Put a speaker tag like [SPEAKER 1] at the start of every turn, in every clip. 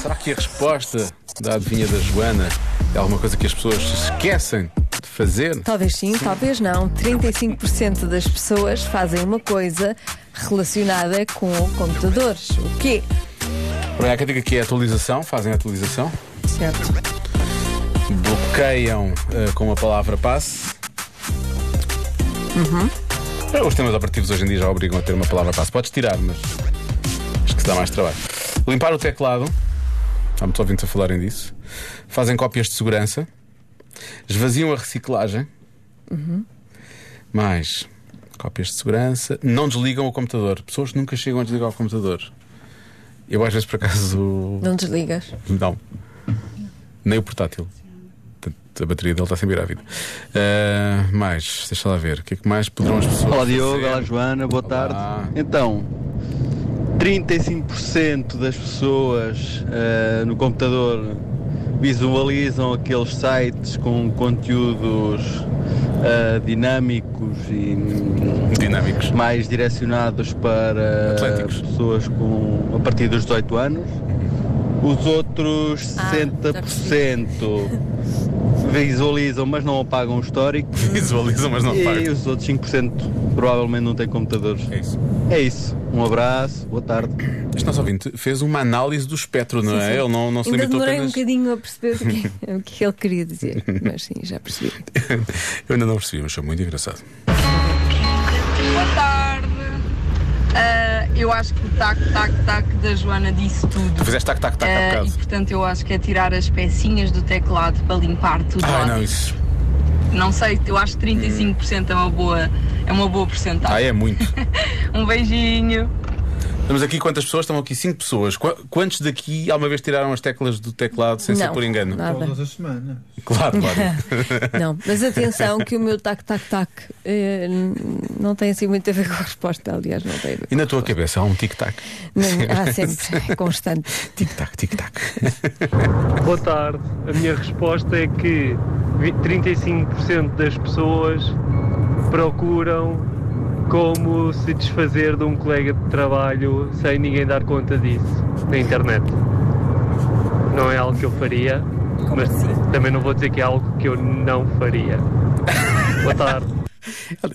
[SPEAKER 1] Será que a resposta da adivinha da Joana é alguma coisa que as pessoas se esquecem de fazer?
[SPEAKER 2] Talvez sim, talvez não. 35% das pessoas fazem uma coisa relacionada com computadores. O quê?
[SPEAKER 1] Para a diga que é atualização, fazem a atualização,
[SPEAKER 2] Certo.
[SPEAKER 1] bloqueiam eh, com a palavra passe. Eh, Os temas operativos hoje em dia já obrigam a ter uma palavra passe. Podes tirar, mas acho que se dá mais trabalho. Limpar o teclado. Há muitos ouvintes a falarem disso. Fazem cópias de segurança. Esvaziam a reciclagem. Mais cópias de segurança. Não desligam o computador. Pessoas que nunca chegam a desligar o computador. Eu às vezes por acaso
[SPEAKER 2] Não desligas.
[SPEAKER 1] não. Nem o portátil. Portanto, A bateria dele está sempre grávida. Ah, mais, deixa lá ver. O que é que mais poderão as pessoas.
[SPEAKER 3] Olá Diogo,
[SPEAKER 1] fazer?
[SPEAKER 3] olá Joana, boa tarde.
[SPEAKER 1] Olá.
[SPEAKER 3] Então, 35% das pessoas eh, no computador visualizam aqueles sites com conteúdos eh, dinâmicos e hum,
[SPEAKER 1] Dinâmicos.
[SPEAKER 3] mais direcionados para
[SPEAKER 1] Atléticos.
[SPEAKER 3] pessoas com, a partir dos 18 anos.
[SPEAKER 1] Uhum.
[SPEAKER 3] Os outros
[SPEAKER 2] Ah,
[SPEAKER 3] 60% visualizam, mas não apagam o histórico.
[SPEAKER 1] Visualizam, mas não
[SPEAKER 3] E
[SPEAKER 1] pagam.
[SPEAKER 3] os outros 5% provavelmente não têm computadores.
[SPEAKER 1] É isso.
[SPEAKER 3] É isso. Um abraço, boa tarde.
[SPEAKER 1] Este nosso ouvinte fez uma análise do espectro, não
[SPEAKER 2] Sim,
[SPEAKER 1] é?
[SPEAKER 2] sim.
[SPEAKER 1] Ele não, não se
[SPEAKER 2] Ainda
[SPEAKER 1] limitou
[SPEAKER 2] demorei
[SPEAKER 1] apenas.
[SPEAKER 2] um bocadinho a perceber o que, é o que ele queria dizer. Mas sim, já percebi.
[SPEAKER 1] Eu ainda não percebi, mas foi muito engraçado.
[SPEAKER 4] Boa tarde. Ah, eu acho que o tac, tac, tac da Joana disse tudo.
[SPEAKER 1] Tu fizeste tac-tac-tac há
[SPEAKER 4] Ah, e
[SPEAKER 1] bocado.
[SPEAKER 4] portanto eu acho que é tirar as pecinhas do teclado para limpar tudo
[SPEAKER 1] Ah,
[SPEAKER 4] lá.
[SPEAKER 1] não, isso.
[SPEAKER 4] Não sei, eu acho que 35% é uma boa, é uma boa
[SPEAKER 1] Ah,
[SPEAKER 4] porcentagem.
[SPEAKER 1] é muito.
[SPEAKER 4] Um beijinho.
[SPEAKER 1] Estamos aqui quantas pessoas? Estão aqui cinco pessoas. Qu- Quantos daqui alguma vez tiraram as teclas do teclado sem ser
[SPEAKER 2] Não,
[SPEAKER 1] por engano?
[SPEAKER 2] Nada.
[SPEAKER 5] Todas as semanas.
[SPEAKER 1] Claro, claro.
[SPEAKER 2] Não, mas atenção que o meu tac-tac-tac eh, n- não tem assim muito a ver com a resposta, aliás, não tem a ver.
[SPEAKER 1] E na tua cabeça há um tic-tac.
[SPEAKER 2] Nem- há sempre, é constante.
[SPEAKER 1] Tic-tac, tic-tac.
[SPEAKER 6] Boa tarde. A minha resposta é que vi- 35% das pessoas procuram como se desfazer de um colega de trabalho sem ninguém dar conta disso na internet. Não é algo que eu faria, mas também não vou dizer que é algo que eu não faria. Boa tarde.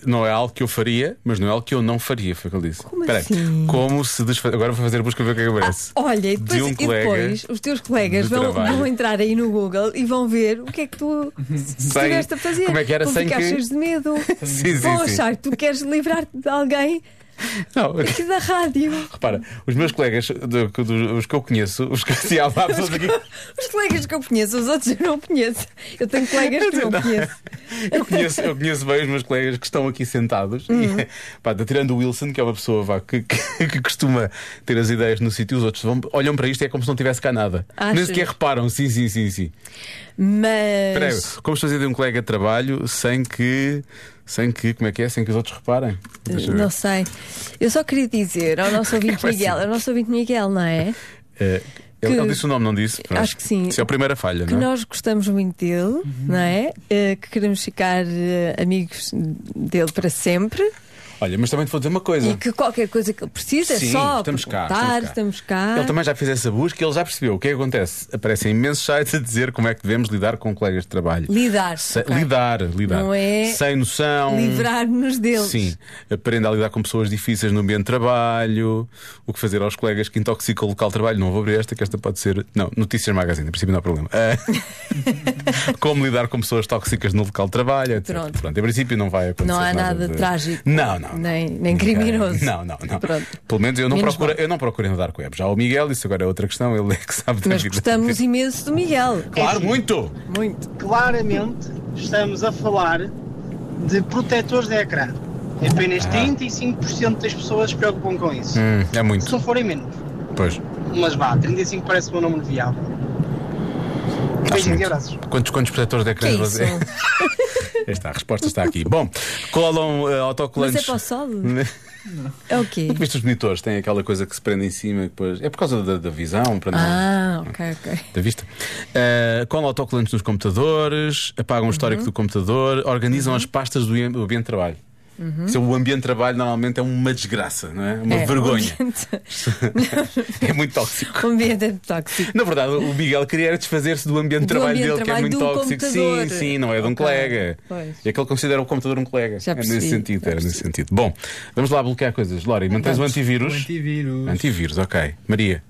[SPEAKER 1] Não é algo que eu faria, mas não é algo que eu não faria, foi o que ele disse.
[SPEAKER 2] Como
[SPEAKER 1] Espera aí.
[SPEAKER 2] assim?
[SPEAKER 1] Como se desfazer. Agora vou fazer a busca e ver o que é que aparece.
[SPEAKER 2] Olha, e depois,
[SPEAKER 1] um
[SPEAKER 2] e
[SPEAKER 1] colega
[SPEAKER 2] depois os teus colegas
[SPEAKER 1] de
[SPEAKER 2] vão,
[SPEAKER 1] trabalho. Uhum.
[SPEAKER 2] vão entrar aí no Google e vão ver o que é que tu estiveste a fazer.
[SPEAKER 1] como é que era,
[SPEAKER 2] vão
[SPEAKER 1] sem
[SPEAKER 2] ficar
[SPEAKER 1] que-
[SPEAKER 2] cheios de medo.
[SPEAKER 1] Sim, sim,
[SPEAKER 2] vão
[SPEAKER 1] sim.
[SPEAKER 2] achar que tu queres livrar-te de alguém
[SPEAKER 1] Não,
[SPEAKER 2] aqui da rádio.
[SPEAKER 1] repara, os meus colegas, do- do- os que eu conheço, os que se há lá pessoas aqui.
[SPEAKER 2] Os colegas que eu conheço, os outros eu não conheço. Eu tenho colegas que eu não conheço.
[SPEAKER 1] Eu conheço, eu conheço bem os meus colegas que estão aqui sentados.
[SPEAKER 2] Uhum.
[SPEAKER 1] E, pá, tirando o Wilson, que é uma pessoa vá, que, que- que costuma ter as ideias no sítio, os outros vão- olham para isto e é como se não tivesse cá nada. Nem
[SPEAKER 2] Achas? É
[SPEAKER 1] sequer reparam. Sim, sim, sim, sim. Espera aí,
[SPEAKER 2] Mas.
[SPEAKER 1] como fazer de um colega de trabalho sem que. Sem que, como é que é? Sem que os outros reparem? Deixa eu ver.
[SPEAKER 2] Não sei. Eu só queria dizer ao nosso ouvinte
[SPEAKER 1] Vai ser.
[SPEAKER 2] Miguel, ao nosso ouvinte Miguel, não é?
[SPEAKER 1] É, ele,
[SPEAKER 2] Que-
[SPEAKER 1] ele disse o nome, não disse? Pronto.
[SPEAKER 2] Acho que sim.
[SPEAKER 1] Isso é a primeira falha,
[SPEAKER 2] Que
[SPEAKER 1] não Uhum. é?
[SPEAKER 2] nós gostamos muito dele, não é? Eh, que queremos ficar eh, amigos dele para sempre
[SPEAKER 1] Olha, mas também te vou dizer uma coisa.
[SPEAKER 2] e que qualquer coisa que ele precise
[SPEAKER 1] Hum. Sim,
[SPEAKER 2] é só
[SPEAKER 1] estamos cá,
[SPEAKER 2] perguntar,
[SPEAKER 1] estamos
[SPEAKER 2] estamos cá.
[SPEAKER 1] Ele também já fez essa busca e ele já percebeu o que é que acontece. Aparecem imensos sites a dizer como é que devemos lidar com colegas de trabalho.
[SPEAKER 2] Lidar.
[SPEAKER 1] Se-
[SPEAKER 2] ok?
[SPEAKER 1] Lidar, lidar.
[SPEAKER 2] Não é
[SPEAKER 1] Sem noção.
[SPEAKER 2] Livrar-nos deles.
[SPEAKER 1] Sim, aprenda a lidar com pessoas difíceis no ambiente de trabalho, o que fazer aos colegas que intoxicam o local de trabalho. Não vou abrir esta, que esta pode ser. Não, Notícias Magazine, a princípio não há problema. Ah, Como lidar com pessoas tóxicas no local de trabalho, etc.
[SPEAKER 2] Pronto.
[SPEAKER 1] em princípio não vai acontecer.
[SPEAKER 2] Não há nada
[SPEAKER 1] de-
[SPEAKER 2] trágico.
[SPEAKER 1] Não, não.
[SPEAKER 2] Nem- nem
[SPEAKER 1] Ninguém-
[SPEAKER 2] criminoso.
[SPEAKER 1] Não, não, não.
[SPEAKER 2] Pronto.
[SPEAKER 1] Pelo menos eu não,
[SPEAKER 2] Menos
[SPEAKER 1] procuro, eu não procurei no Dark Web. Já o Miguel, isso agora é outra questão, ele é que sabe da
[SPEAKER 2] Mas
[SPEAKER 1] vida.
[SPEAKER 2] gostamos imenso do Miguel. É.
[SPEAKER 1] Claro, muito!
[SPEAKER 2] Muito.
[SPEAKER 7] claramente estamos a falar de protetores de ecrã. Apenas 35% das pessoas se preocupam com isso.
[SPEAKER 1] Hum, é
[SPEAKER 7] Se
[SPEAKER 1] muito.
[SPEAKER 7] não forem menos,
[SPEAKER 1] Pois.
[SPEAKER 7] mas vá, 35 parece um número viável. Beijinhos e
[SPEAKER 1] muito.
[SPEAKER 7] abraços.
[SPEAKER 1] Quantos, quantos protetores de
[SPEAKER 2] Que é
[SPEAKER 1] ecrãs
[SPEAKER 2] isso?
[SPEAKER 1] você- Esta a resposta está aqui. Bom, colam eh,
[SPEAKER 2] Mas
[SPEAKER 1] autocolantes.
[SPEAKER 2] é para o sol? É o quê?
[SPEAKER 1] Nunca viste os monitores, têm aquela coisa que se prende em cima e depois. É por causa da, da visão, para não.
[SPEAKER 2] Ah, ok, ok.
[SPEAKER 1] Da vista. Eh, colam
[SPEAKER 2] Uhum.
[SPEAKER 1] autocolantes nos computadores, apagam o histórico do computador, organizam as pastas do ambi- do ambiente de trabalho. Se o ambiente de trabalho normalmente é uma desgraça, não é? Uma
[SPEAKER 2] Uhum. É,
[SPEAKER 1] vergonha.
[SPEAKER 2] O ambiente,
[SPEAKER 1] é muito tóxico.
[SPEAKER 2] o ambiente é tóxico.
[SPEAKER 1] Na verdade, o Miguel queria era desfazer-se do ambiente de
[SPEAKER 2] Do
[SPEAKER 1] trabalho
[SPEAKER 2] ambiente
[SPEAKER 1] dele,
[SPEAKER 2] de
[SPEAKER 1] que é
[SPEAKER 2] trabalho
[SPEAKER 1] muito
[SPEAKER 2] do
[SPEAKER 1] tóxico.
[SPEAKER 2] computador.
[SPEAKER 1] Sim, sim, não é de um
[SPEAKER 2] Ok,
[SPEAKER 1] colega.
[SPEAKER 2] pois.
[SPEAKER 1] É que ele considera o computador um colega.
[SPEAKER 2] Já
[SPEAKER 1] é nesse
[SPEAKER 2] percebi,
[SPEAKER 1] sentido,
[SPEAKER 2] já
[SPEAKER 1] era nesse
[SPEAKER 2] percebi.
[SPEAKER 1] sentido. Bom, vamos lá bloquear coisas. Lori, mantens o antivírus?
[SPEAKER 5] Antivírus.
[SPEAKER 1] Antivírus, ok. Maria,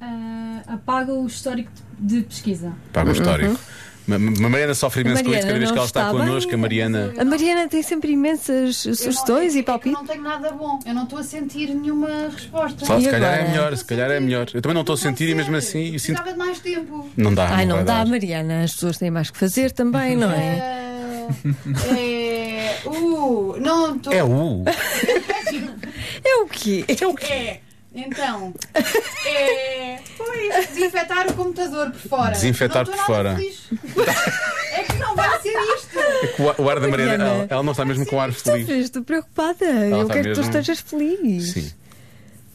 [SPEAKER 8] Ah, apaga o histórico de- de pesquisa.
[SPEAKER 1] paga o um histórico. Ma- Ma- Mariana sofre imenso
[SPEAKER 2] A
[SPEAKER 1] com isso.
[SPEAKER 2] Uhum. Mariana
[SPEAKER 1] Cada vez que
[SPEAKER 2] não
[SPEAKER 1] ela está,
[SPEAKER 2] está bem.
[SPEAKER 1] connosco, a Mariana.
[SPEAKER 2] A Mariana tem sempre imensas sugestões
[SPEAKER 8] Eu não-
[SPEAKER 2] e
[SPEAKER 8] é que Eu
[SPEAKER 2] palpites.
[SPEAKER 8] não tenho nada bom. Eu não estou a sentir nenhuma resposta.
[SPEAKER 1] Só,
[SPEAKER 2] E
[SPEAKER 1] se calhar é
[SPEAKER 2] agora?
[SPEAKER 1] melhor, se calhar é melhor. Eu também não estou a sentir e mesmo assim eu sinto.
[SPEAKER 8] Precisava de mais tempo.
[SPEAKER 1] Ah, Não dá.
[SPEAKER 2] Ai, não
[SPEAKER 1] vai
[SPEAKER 2] dá,
[SPEAKER 1] dar.
[SPEAKER 2] Mariana. As pessoas têm mais que fazer também, não é?
[SPEAKER 8] Ah, é, uh, não estou.
[SPEAKER 1] É o.
[SPEAKER 2] É o quê?
[SPEAKER 8] É. Então, é. Pois, desinfetar o computador por fora.
[SPEAKER 1] Desinfetar
[SPEAKER 8] Não
[SPEAKER 1] por
[SPEAKER 8] estou
[SPEAKER 1] fora.
[SPEAKER 8] nada feliz. é que não vai ser isto.
[SPEAKER 1] O- O ar da Mariana,
[SPEAKER 2] Mariana.
[SPEAKER 1] ela, ela não está mesmo com ar
[SPEAKER 2] Estou,
[SPEAKER 1] feliz.
[SPEAKER 2] estou preocupada. Eu
[SPEAKER 1] está
[SPEAKER 2] quero que tu
[SPEAKER 1] tá mesmo-
[SPEAKER 2] estejas feliz.
[SPEAKER 1] Sim.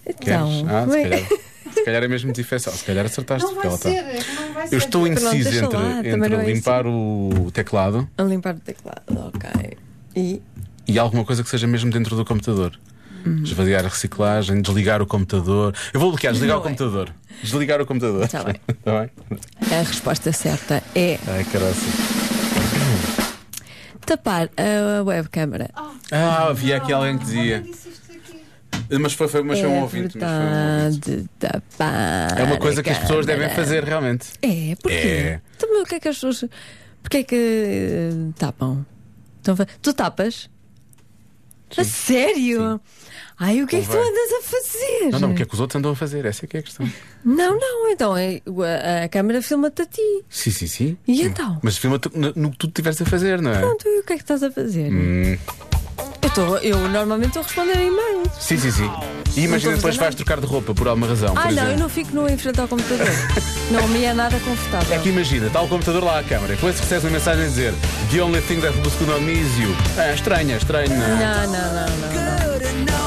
[SPEAKER 1] Queres?
[SPEAKER 2] Então,
[SPEAKER 1] ah,
[SPEAKER 2] como
[SPEAKER 1] se,
[SPEAKER 2] é-
[SPEAKER 1] calhar, se calhar é mesmo desinfecção. Se calhar acertaste.
[SPEAKER 8] Não
[SPEAKER 1] porque
[SPEAKER 8] vai
[SPEAKER 1] ela
[SPEAKER 8] ser.
[SPEAKER 1] está.
[SPEAKER 8] É que não vai ser.
[SPEAKER 1] Eu estou
[SPEAKER 2] Pronto,
[SPEAKER 1] indeciso
[SPEAKER 2] deixa
[SPEAKER 1] entre,
[SPEAKER 2] lá,
[SPEAKER 1] entre
[SPEAKER 2] também não é
[SPEAKER 1] limpar o teclado
[SPEAKER 2] a limpar o teclado, ok. E
[SPEAKER 1] e alguma coisa que seja mesmo dentro do computador.
[SPEAKER 2] Hum.
[SPEAKER 1] Esvaziar a reciclagem, desligar o computador. Eu vou bloquear, desligar
[SPEAKER 2] Não
[SPEAKER 1] o
[SPEAKER 2] é.
[SPEAKER 1] computador. Desligar o computador.
[SPEAKER 2] Tá bem.
[SPEAKER 1] Tá bem?
[SPEAKER 2] a resposta certa é
[SPEAKER 1] Ai, caraca.
[SPEAKER 2] tapar a webcâmara.
[SPEAKER 1] Ah, havia aqui alguém que dizia.
[SPEAKER 8] Alguém disse isto aqui.
[SPEAKER 1] Mas foi, foi, mas foi um
[SPEAKER 2] é
[SPEAKER 1] ouvinte. mas foi um ouvinte.
[SPEAKER 2] verdade, tapar.
[SPEAKER 1] É uma coisa que as
[SPEAKER 2] a
[SPEAKER 1] pessoas
[SPEAKER 2] câmara.
[SPEAKER 1] devem fazer realmente.
[SPEAKER 2] É, porquê?
[SPEAKER 1] É.
[SPEAKER 2] Também o que é que as pessoas. Porquê é que eh, tapam? Estão a fa- Tu tapas? A sério? Ai, o que é que tu
[SPEAKER 1] Convém.
[SPEAKER 2] andas a fazer?
[SPEAKER 1] Não, não, o que é que os outros andam a fazer? Essa é que é a questão.
[SPEAKER 2] Não, não, então é- a, a câmara filma-te a ti.
[SPEAKER 1] Sim, sim, sim.
[SPEAKER 2] E então?
[SPEAKER 1] Mas filma no, no que tu estiveres a fazer, não é?
[SPEAKER 2] Pronto, e o que é que estás a fazer?
[SPEAKER 1] Hum.
[SPEAKER 2] Eu, tô- eu normalmente estou a responder a e-mails.
[SPEAKER 1] Sim, sim, sim. E imagina
[SPEAKER 2] Não estou a
[SPEAKER 1] depois
[SPEAKER 2] fazer
[SPEAKER 1] vais trocar de roupa por alguma razão.
[SPEAKER 2] Ah,
[SPEAKER 1] por
[SPEAKER 2] não,
[SPEAKER 1] exemplo.
[SPEAKER 2] eu não fico no em frente ao computador. não me é nada confortável.
[SPEAKER 1] É que imagina, está o computador lá à câmara e depois recebes uma mensagem a dizer The only thing that was good on me is you. Ah, estranha, estranho. não é?
[SPEAKER 2] Não, não, não, não, não.